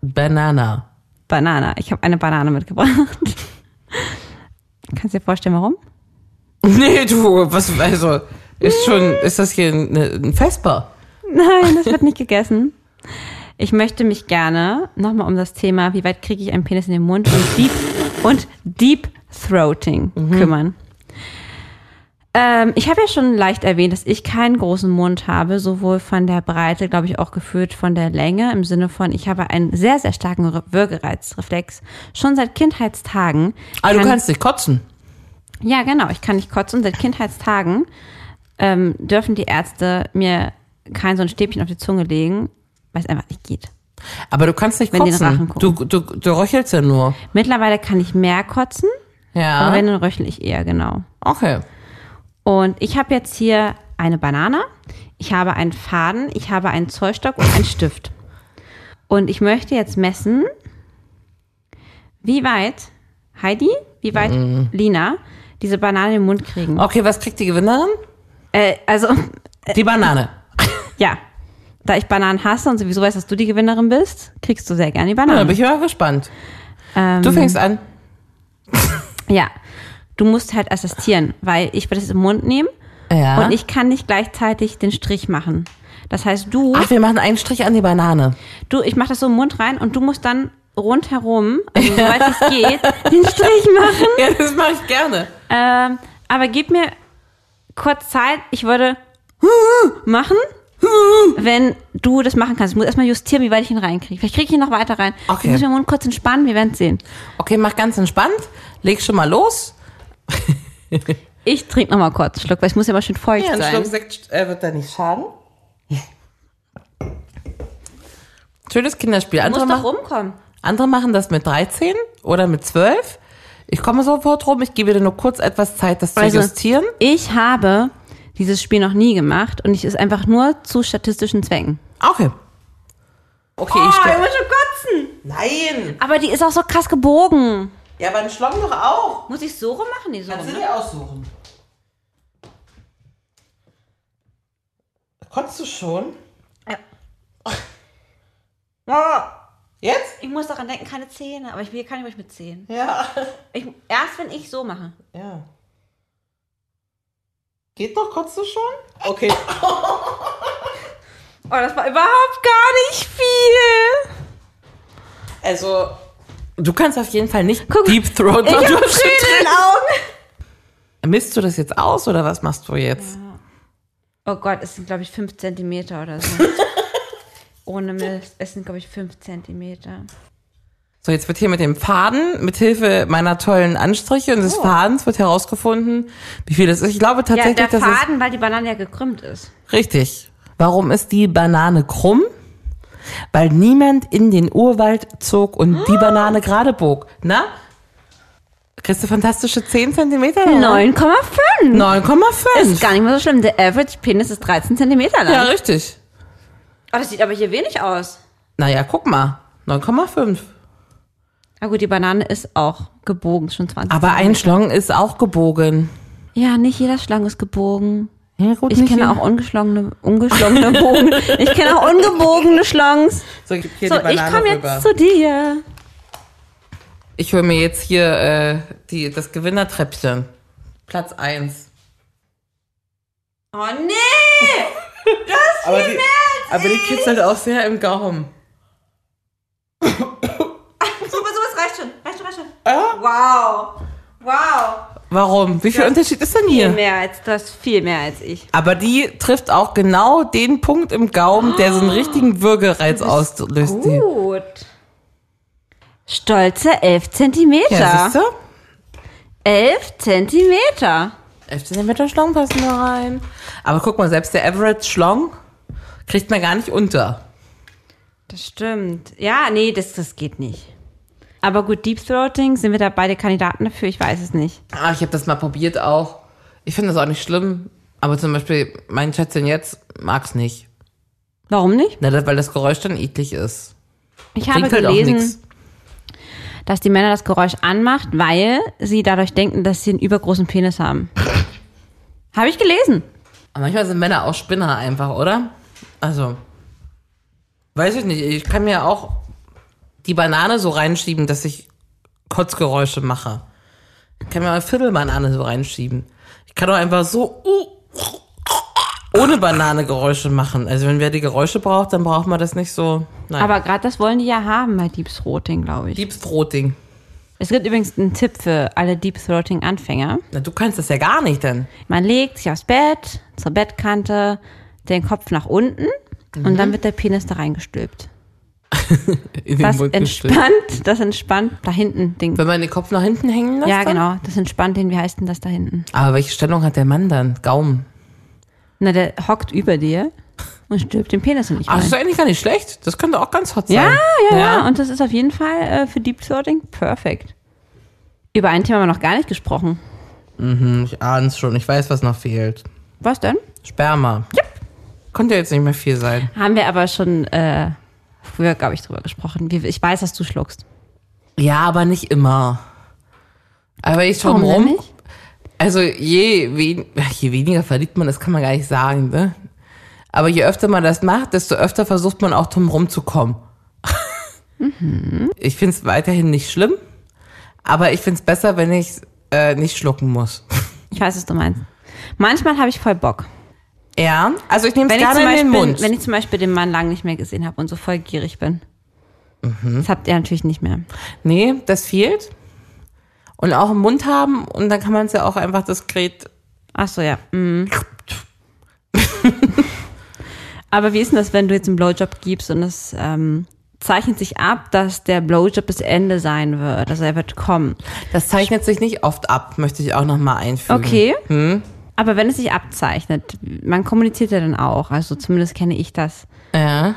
S4: Banana.
S3: Banane. Ich habe eine Banane mitgebracht. Kannst dir vorstellen, warum?
S4: Nee, du, was, also, ist schon, ist das hier ein, ne, ein Vesper?
S3: Nein, das wird nicht gegessen. Ich möchte mich gerne nochmal um das Thema, wie weit kriege ich einen Penis in den Mund und Deep, und deep Throating kümmern. Ähm, ich habe ja schon leicht erwähnt, dass ich keinen großen Mund habe, sowohl von der Breite, glaube ich, auch geführt von der Länge, im Sinne von, ich habe einen sehr, sehr starken Re- Würgereizreflex. Schon seit Kindheitstagen.
S4: Ah, du
S3: kann-
S4: kannst nicht kotzen.
S3: ja, genau. Ich kann nicht kotzen. Seit Kindheitstagen ähm, dürfen die Ärzte mir kein so ein Stäbchen auf die Zunge legen, weil es einfach nicht geht.
S4: Aber du kannst nicht
S3: Wenn die in den
S4: kotzen.
S3: Rachen
S4: Du,
S3: gucken.
S4: du, du röchelst ja nur.
S3: Mittlerweile kann ich mehr kotzen,
S4: Ja.
S3: aber wenn, dann röchel ich eher, genau.
S4: Okay.
S3: Und ich habe jetzt hier eine Banane, ich habe einen Faden, ich habe einen Zollstock und einen Stift. Und ich möchte jetzt messen, wie weit Heidi, wie weit Lina diese Banane im Mund kriegen.
S4: Okay, was kriegt die Gewinnerin?
S3: Äh, also
S4: Die Banane.
S3: Ja. Da ich Bananen hasse und sowieso weiß, dass du die Gewinnerin bist, kriegst du sehr gerne die
S4: Na, da
S3: Bananen.
S4: bin ich mal gespannt. du fängst an.
S3: ja. Du musst halt assistieren, weil ich werde es im Mund nehmen
S4: Ja.
S3: und ich kann nicht gleichzeitig den Strich machen. Das heißt, du,
S4: Ach, wir machen einen Strich an die Banane.
S3: du, ich mache das so im Mund rein und du musst dann rundherum, also soweit es geht, den Strich machen.
S4: Ja, das mache ich gerne.
S3: Ähm,
S4: Äh,
S3: aber gib mir kurz Zeit. Ich würde machen, wenn du das machen kannst. Ich muss erstmal justieren, wie weit ich ihn reinkriege. Vielleicht kriege ich ihn noch weiter rein.
S4: Okay.
S3: Ich muss den Mund kurz entspannen, wir werden es sehen.
S4: Okay, mach ganz entspannt. Leg schon mal los.
S3: Ich trinke nochmal kurz einen Schluck, weil ich muss ja mal schön feucht
S4: Ja, ein
S3: sein.
S4: Schluck Sekt äh, wird da nicht schaden. Schönes Kinderspiel.
S3: Du
S4: Andere,
S3: musst doch
S4: mach,
S3: rumkommen.
S4: andere machen das mit 13 oder mit 12. Ich komme sofort rum. Ich gebe dir nur kurz etwas Zeit, das zu
S3: Also,
S4: justieren.
S3: Ich habe dieses Spiel noch nie gemacht und ich es einfach nur zu statistischen Zwecken.
S4: Okay. Okay, Oh, ich stelle.
S3: schon kotzen.
S4: Nein.
S3: Aber die ist auch so krass gebogen.
S4: Ja, aber ein Schlong doch auch.
S3: Muss ich so rum machen, die so?
S4: Kannst du
S3: ne?
S4: dir aussuchen. Konntest du schon?
S3: Ja.
S4: Ah, Jetzt?
S3: Ich muss daran denken, keine Zähne. Aber ich hier kann ich mich mit Zähnen.
S4: Ja.
S3: Ich, erst wenn ich so mache.
S4: Ja. Geht doch, konntest du schon? Okay.
S3: Oh, das war überhaupt gar nicht viel.
S4: Also, du kannst auf jeden Fall nicht
S3: Guck,
S4: Deep Throat
S3: Ich hab
S4: Blowjob
S3: Tränen in den Augen.
S4: Misst du das jetzt aus oder was machst du jetzt?
S3: Oh Gott, es sind, glaube ich, fünf Zentimeter oder so. Ohne Mist. Es sind, glaube ich, fünf Zentimeter.
S4: So, jetzt wird hier mit dem Faden, mit Hilfe meiner tollen Anstriche und des Fadens wird herausgefunden, wie viel das ist. Ich glaube
S3: Oh. Ja,
S4: tatsächlich,
S3: der
S4: dass es
S3: Faden, weil die Banane ja gekrümmt ist.
S4: Richtig. Warum ist die Banane krumm? Weil niemand in den Urwald zog und die Banane gerade bog. Na? Kriegst du fantastische 10 Zentimeter? oder?
S3: 9,5.
S4: 9,5.
S3: Ist gar nicht mal so schlimm. Der Average Penis ist 13 Zentimeter lang.
S4: Ja, richtig.
S3: Oh, das sieht aber hier wenig aus.
S4: Naja, guck mal. 9,5.
S3: Na gut, die Banane ist auch gebogen, schon 20.
S4: Aber ein Schlong ist auch gebogen.
S3: ja, nicht jeder Schlang ist gebogen.
S4: Ja, gut,
S3: Ich
S4: nicht
S3: kenne
S4: jeder-
S3: auch ungeschlagene, ungeschlagene Bogen. Ich kenne auch ungebogene Schlangs.
S4: So, gib hier
S3: So,
S4: die Banane
S3: ich komme jetzt
S4: rüber.
S3: zu dir.
S4: Ich hole mir jetzt hier äh, die, das Gewinnertreppchen. Platz 1.
S3: Oh nee!
S4: Aber die, aber die kitzelt auch sehr im Gaumen.
S3: Super, sowas reicht schon. Reicht schon, reicht schon. Wow. Wow.
S4: Warum? Wie viel Unterschied ist denn hier?
S3: Viel mehr als du hast viel mehr als ich.
S4: Aber die trifft auch genau den Punkt im Gaumen, der so einen richtigen Würgereiz auslöst. Die.
S3: Ah. Gut. Stolze 11 Zentimeter.
S4: Ja, siehst du?
S3: 11 Zentimeter.
S4: 11 cm Schlong passen da rein. Aber guck mal, selbst der Average Schlong kriegt man gar nicht unter.
S3: Das stimmt. Ja, nee, das, das geht nicht. Aber gut, Deep Throating, sind wir da beide Kandidaten dafür? Ich weiß es nicht.
S4: Ah, ich habe das mal probiert auch. Ich finde das auch nicht schlimm. Aber zum Beispiel, mein Schätzchen jetzt mag's nicht.
S3: Warum nicht?
S4: Na, das- weil das Geräusch dann eklig ist.
S3: Ich habe
S4: Bringt halt auch
S3: gelesen,
S4: nix.
S3: dass die Männer das Geräusch anmacht, weil sie dadurch denken, dass sie einen übergroßen Penis haben. habe ich gelesen.
S4: Aber manchmal sind Männer auch Spinner einfach, oder? Also, weiß ich nicht. Ich kann mir auch die Banane so reinschieben, dass ich Kotzgeräusche mache. Ich kann mir eine Viertelbanane so reinschieben. Ich kann auch einfach so uh, ohne Banane Geräusche machen. Also wenn wer die Geräusche braucht, dann braucht man das nicht so. Nein.
S3: Aber gerade das wollen die ja haben bei Deep Throating, glaube ich.
S4: Deep Throating.
S3: Es gibt übrigens einen Tipp für alle Deep Throating-Anfänger.
S4: Na, du kannst das ja gar nicht denn.
S3: Man legt sich aufs Bett, zur Bettkante, den Kopf nach unten
S4: Mhm.
S3: und dann wird der Penis da reingestülpt.
S4: In
S3: Das
S4: gestülpt.
S3: entspannt, das entspannt da hinten den.
S4: Wenn man den Kopf nach hinten hängen lässt?
S3: Ja,
S4: dann?
S3: genau. Das entspannt den, wie heißt denn das da hinten?
S4: Aber welche Stellung hat der Mann dann? Gaumen.
S3: Na, der hockt über dir und stülpt den Penis in dich
S4: Ach,
S3: rein.
S4: das ist eigentlich gar nicht schlecht. Das könnte auch ganz hot sein.
S3: ja, ja, ja, Und das ist auf jeden Fall äh, für Deep Throating perfekt. Über ein Thema haben wir noch gar nicht gesprochen.
S4: Ich ahne es schon. Ich weiß, was noch fehlt.
S3: Was denn?
S4: Sperma. Yep. Konnte jetzt nicht mehr viel sein.
S3: Haben wir aber schon äh, früher, glaube ich, drüber gesprochen. Wie- Ich weiß, dass du schluckst.
S4: Ja, aber nicht immer. Aber ich schaue
S3: Warum denn
S4: rum.
S3: nicht?
S4: Also je, wen je weniger verliebt man ist, kann man gar nicht sagen. Ne? Aber je öfter man das macht, desto öfter versucht man auch drum rumzukommen. Ich finde es weiterhin nicht schlimm. Aber ich finde es besser, wenn ich äh, nicht schlucken muss.
S3: Ich weiß, was du meinst. Manchmal habe ich voll Bock.
S4: Ja, also ich nehme es
S3: Wenn ich,
S4: gerne
S3: zum
S4: in den
S3: Beispiel,
S4: Mund.
S3: wenn ich zum Beispiel den Mann lange nicht mehr gesehen habe und so voll gierig bin. Das habt ihr natürlich nicht mehr.
S4: Nee, das fehlt. Und auch im Mund haben und dann kann man es ja auch einfach diskret.
S3: Ach so, ja. Mhm. Aber wie ist denn das, wenn du jetzt einen Blowjob gibst und es ähm, zeichnet sich ab, dass der Blowjob bis Ende sein wird, also er wird kommen.
S4: Das zeichnet sich nicht oft ab, möchte ich auch nochmal einfügen.
S3: Okay.
S4: Hm?
S3: Aber wenn es sich abzeichnet, man kommuniziert ja dann auch. Also zumindest kenne ich das.
S4: Ja.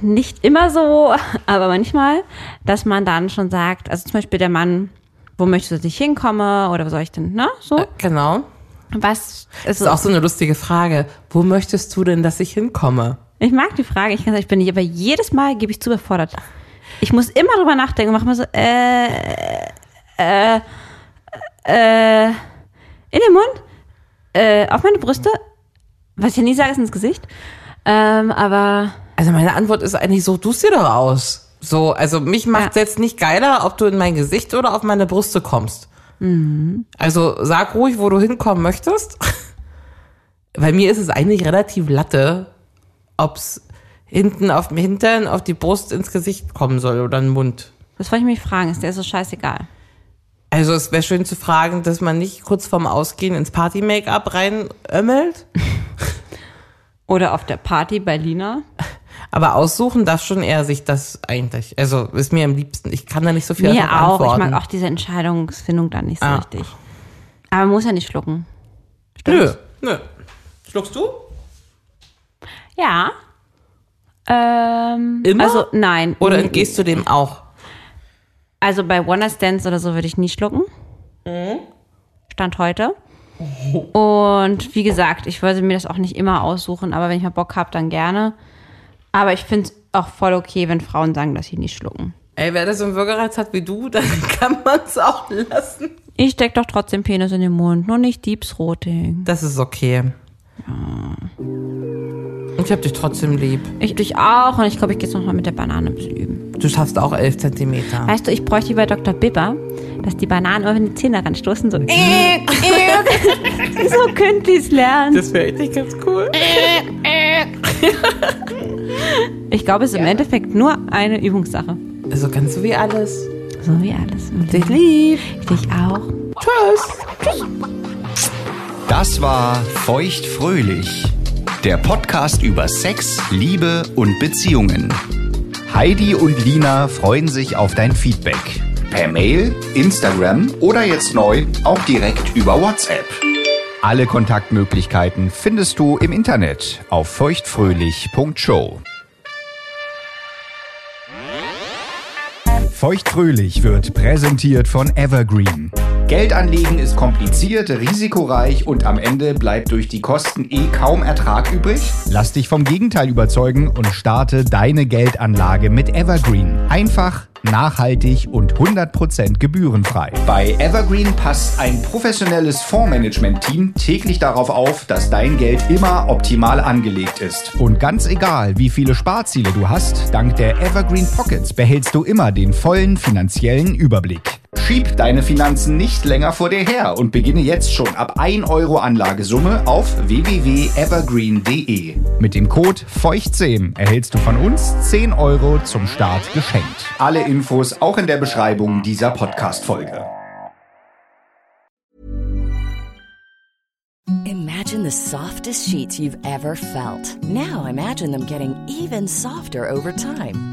S3: Nicht immer so, aber manchmal, dass man dann schon sagt, also zum Beispiel der Mann, wo möchtest du, dass ich hinkomme oder was soll ich denn, ne? So.
S4: Genau.
S3: Was?
S4: Das ist auch so eine lustige Frage. Wo möchtest du denn, dass ich hinkomme?
S3: Ich mag die Frage, ich kann sagen, ich bin nicht, aber jedes Mal gebe ich zu überfordert. Ich muss immer drüber nachdenken und mache mir so, äh, äh, äh, in den Mund, äh, auf meine Brüste. Was ich ja nie sage, ist ins Gesicht. Ähm, aber
S4: Also meine Antwort ist eigentlich so, du's dir doch aus. So, also mich macht's
S3: Ja.
S4: jetzt nicht geiler, ob du in mein Gesicht oder auf meine Brüste kommst.
S3: Mhm.
S4: Also sag ruhig, wo du hinkommen möchtest. Bei mir ist es eigentlich relativ latte, ob's hinten auf dem Hintern, auf die Brust ins Gesicht kommen soll oder in den Mund.
S3: das wollte ich mich fragen, ist der so scheißegal.
S4: Also es wäre schön zu fragen, dass man nicht kurz vorm Ausgehen ins Party-Make-up reinömmelt.
S3: Oder auf der Party bei Lina.
S4: Aber aussuchen darf schon eher sich das eigentlich. Also ist mir am liebsten. Ich kann da nicht so viel
S3: Mir auch.
S4: drauf
S3: Ich
S4: antworten.
S3: mag auch diese Entscheidungsfindung dann nicht so
S4: Ah.
S3: richtig. Aber man muss ja nicht schlucken.
S4: Nö, nö. Schluckst du?
S3: Ja. Ähm,
S4: Immer?
S3: Also nein.
S4: Oder
S3: Nee,
S4: entgehst du dem auch?
S3: Also bei One Night Stands oder so würde ich nie schlucken. Stand heute. Und wie gesagt, ich würde mir das auch nicht immer aussuchen, aber wenn ich mal Bock habe, dann gerne. Aber ich finde es auch voll okay, wenn Frauen sagen, dass sie nicht schlucken.
S4: Ey, wer das so einen Würgereiz hat wie du, dann kann man es auch lassen.
S3: Ich steck doch trotzdem Penis in den Mund, nur nicht Deepsroting.
S4: Das ist okay. Ich hab dich trotzdem lieb.
S3: Ich dich auch und ich glaube, ich gehe jetzt nochmal mit der Banane ein bisschen üben.
S4: Du schaffst auch 11 Zentimeter.
S3: Weißt du, ich bräuchte wie bei Dr. Bibber, dass die Bananen immer in die Zähne ranstoßen, so, so könnt ihr's lernen.
S4: Das wäre echt ganz cool.
S3: Ich glaube, es ist im Endeffekt nur eine Übungssache.
S4: Also ganz so wie alles.
S3: So wie alles. im
S4: Dich
S3: Leben.
S4: lieb.
S3: Ich dich auch.
S4: Tschüss.
S2: Das war Feucht fröhlich. Der Podcast über Sex, Liebe und Beziehungen. Heidi und Lina freuen sich auf dein Feedback. Per Mail, Instagram oder jetzt neu auch direkt über WhatsApp.
S1: Alle Kontaktmöglichkeiten findest du im Internet auf feuchtfröhlich.show. Feuchtfröhlich wird präsentiert von Evergreen.
S2: Geldanlegen ist kompliziert, risikoreich und am Ende bleibt durch die Kosten eh kaum Ertrag übrig?
S1: Lass dich vom Gegenteil überzeugen und starte deine Geldanlage mit Evergreen. Einfach, nachhaltig und 100% gebührenfrei.
S2: Bei Evergreen passt ein professionelles Fondsmanagement-Team täglich darauf auf, dass dein Geld immer optimal angelegt ist.
S1: Und ganz egal, wie viele Sparziele du hast, dank der Evergreen Pockets behältst du immer den vollen finanziellen Überblick.
S2: Schieb deine Finanzen nicht länger vor dir her und beginne jetzt schon ab 1 Euro Anlagesumme auf www.evergreen.de.
S1: Mit dem Code FEUCHT10 erhältst du von uns 10 Euro zum Start geschenkt.
S2: Alle Infos auch in der Beschreibung dieser Podcast-Folge.
S8: Imagine the softest sheets you've ever felt. Now imagine them getting even softer over time.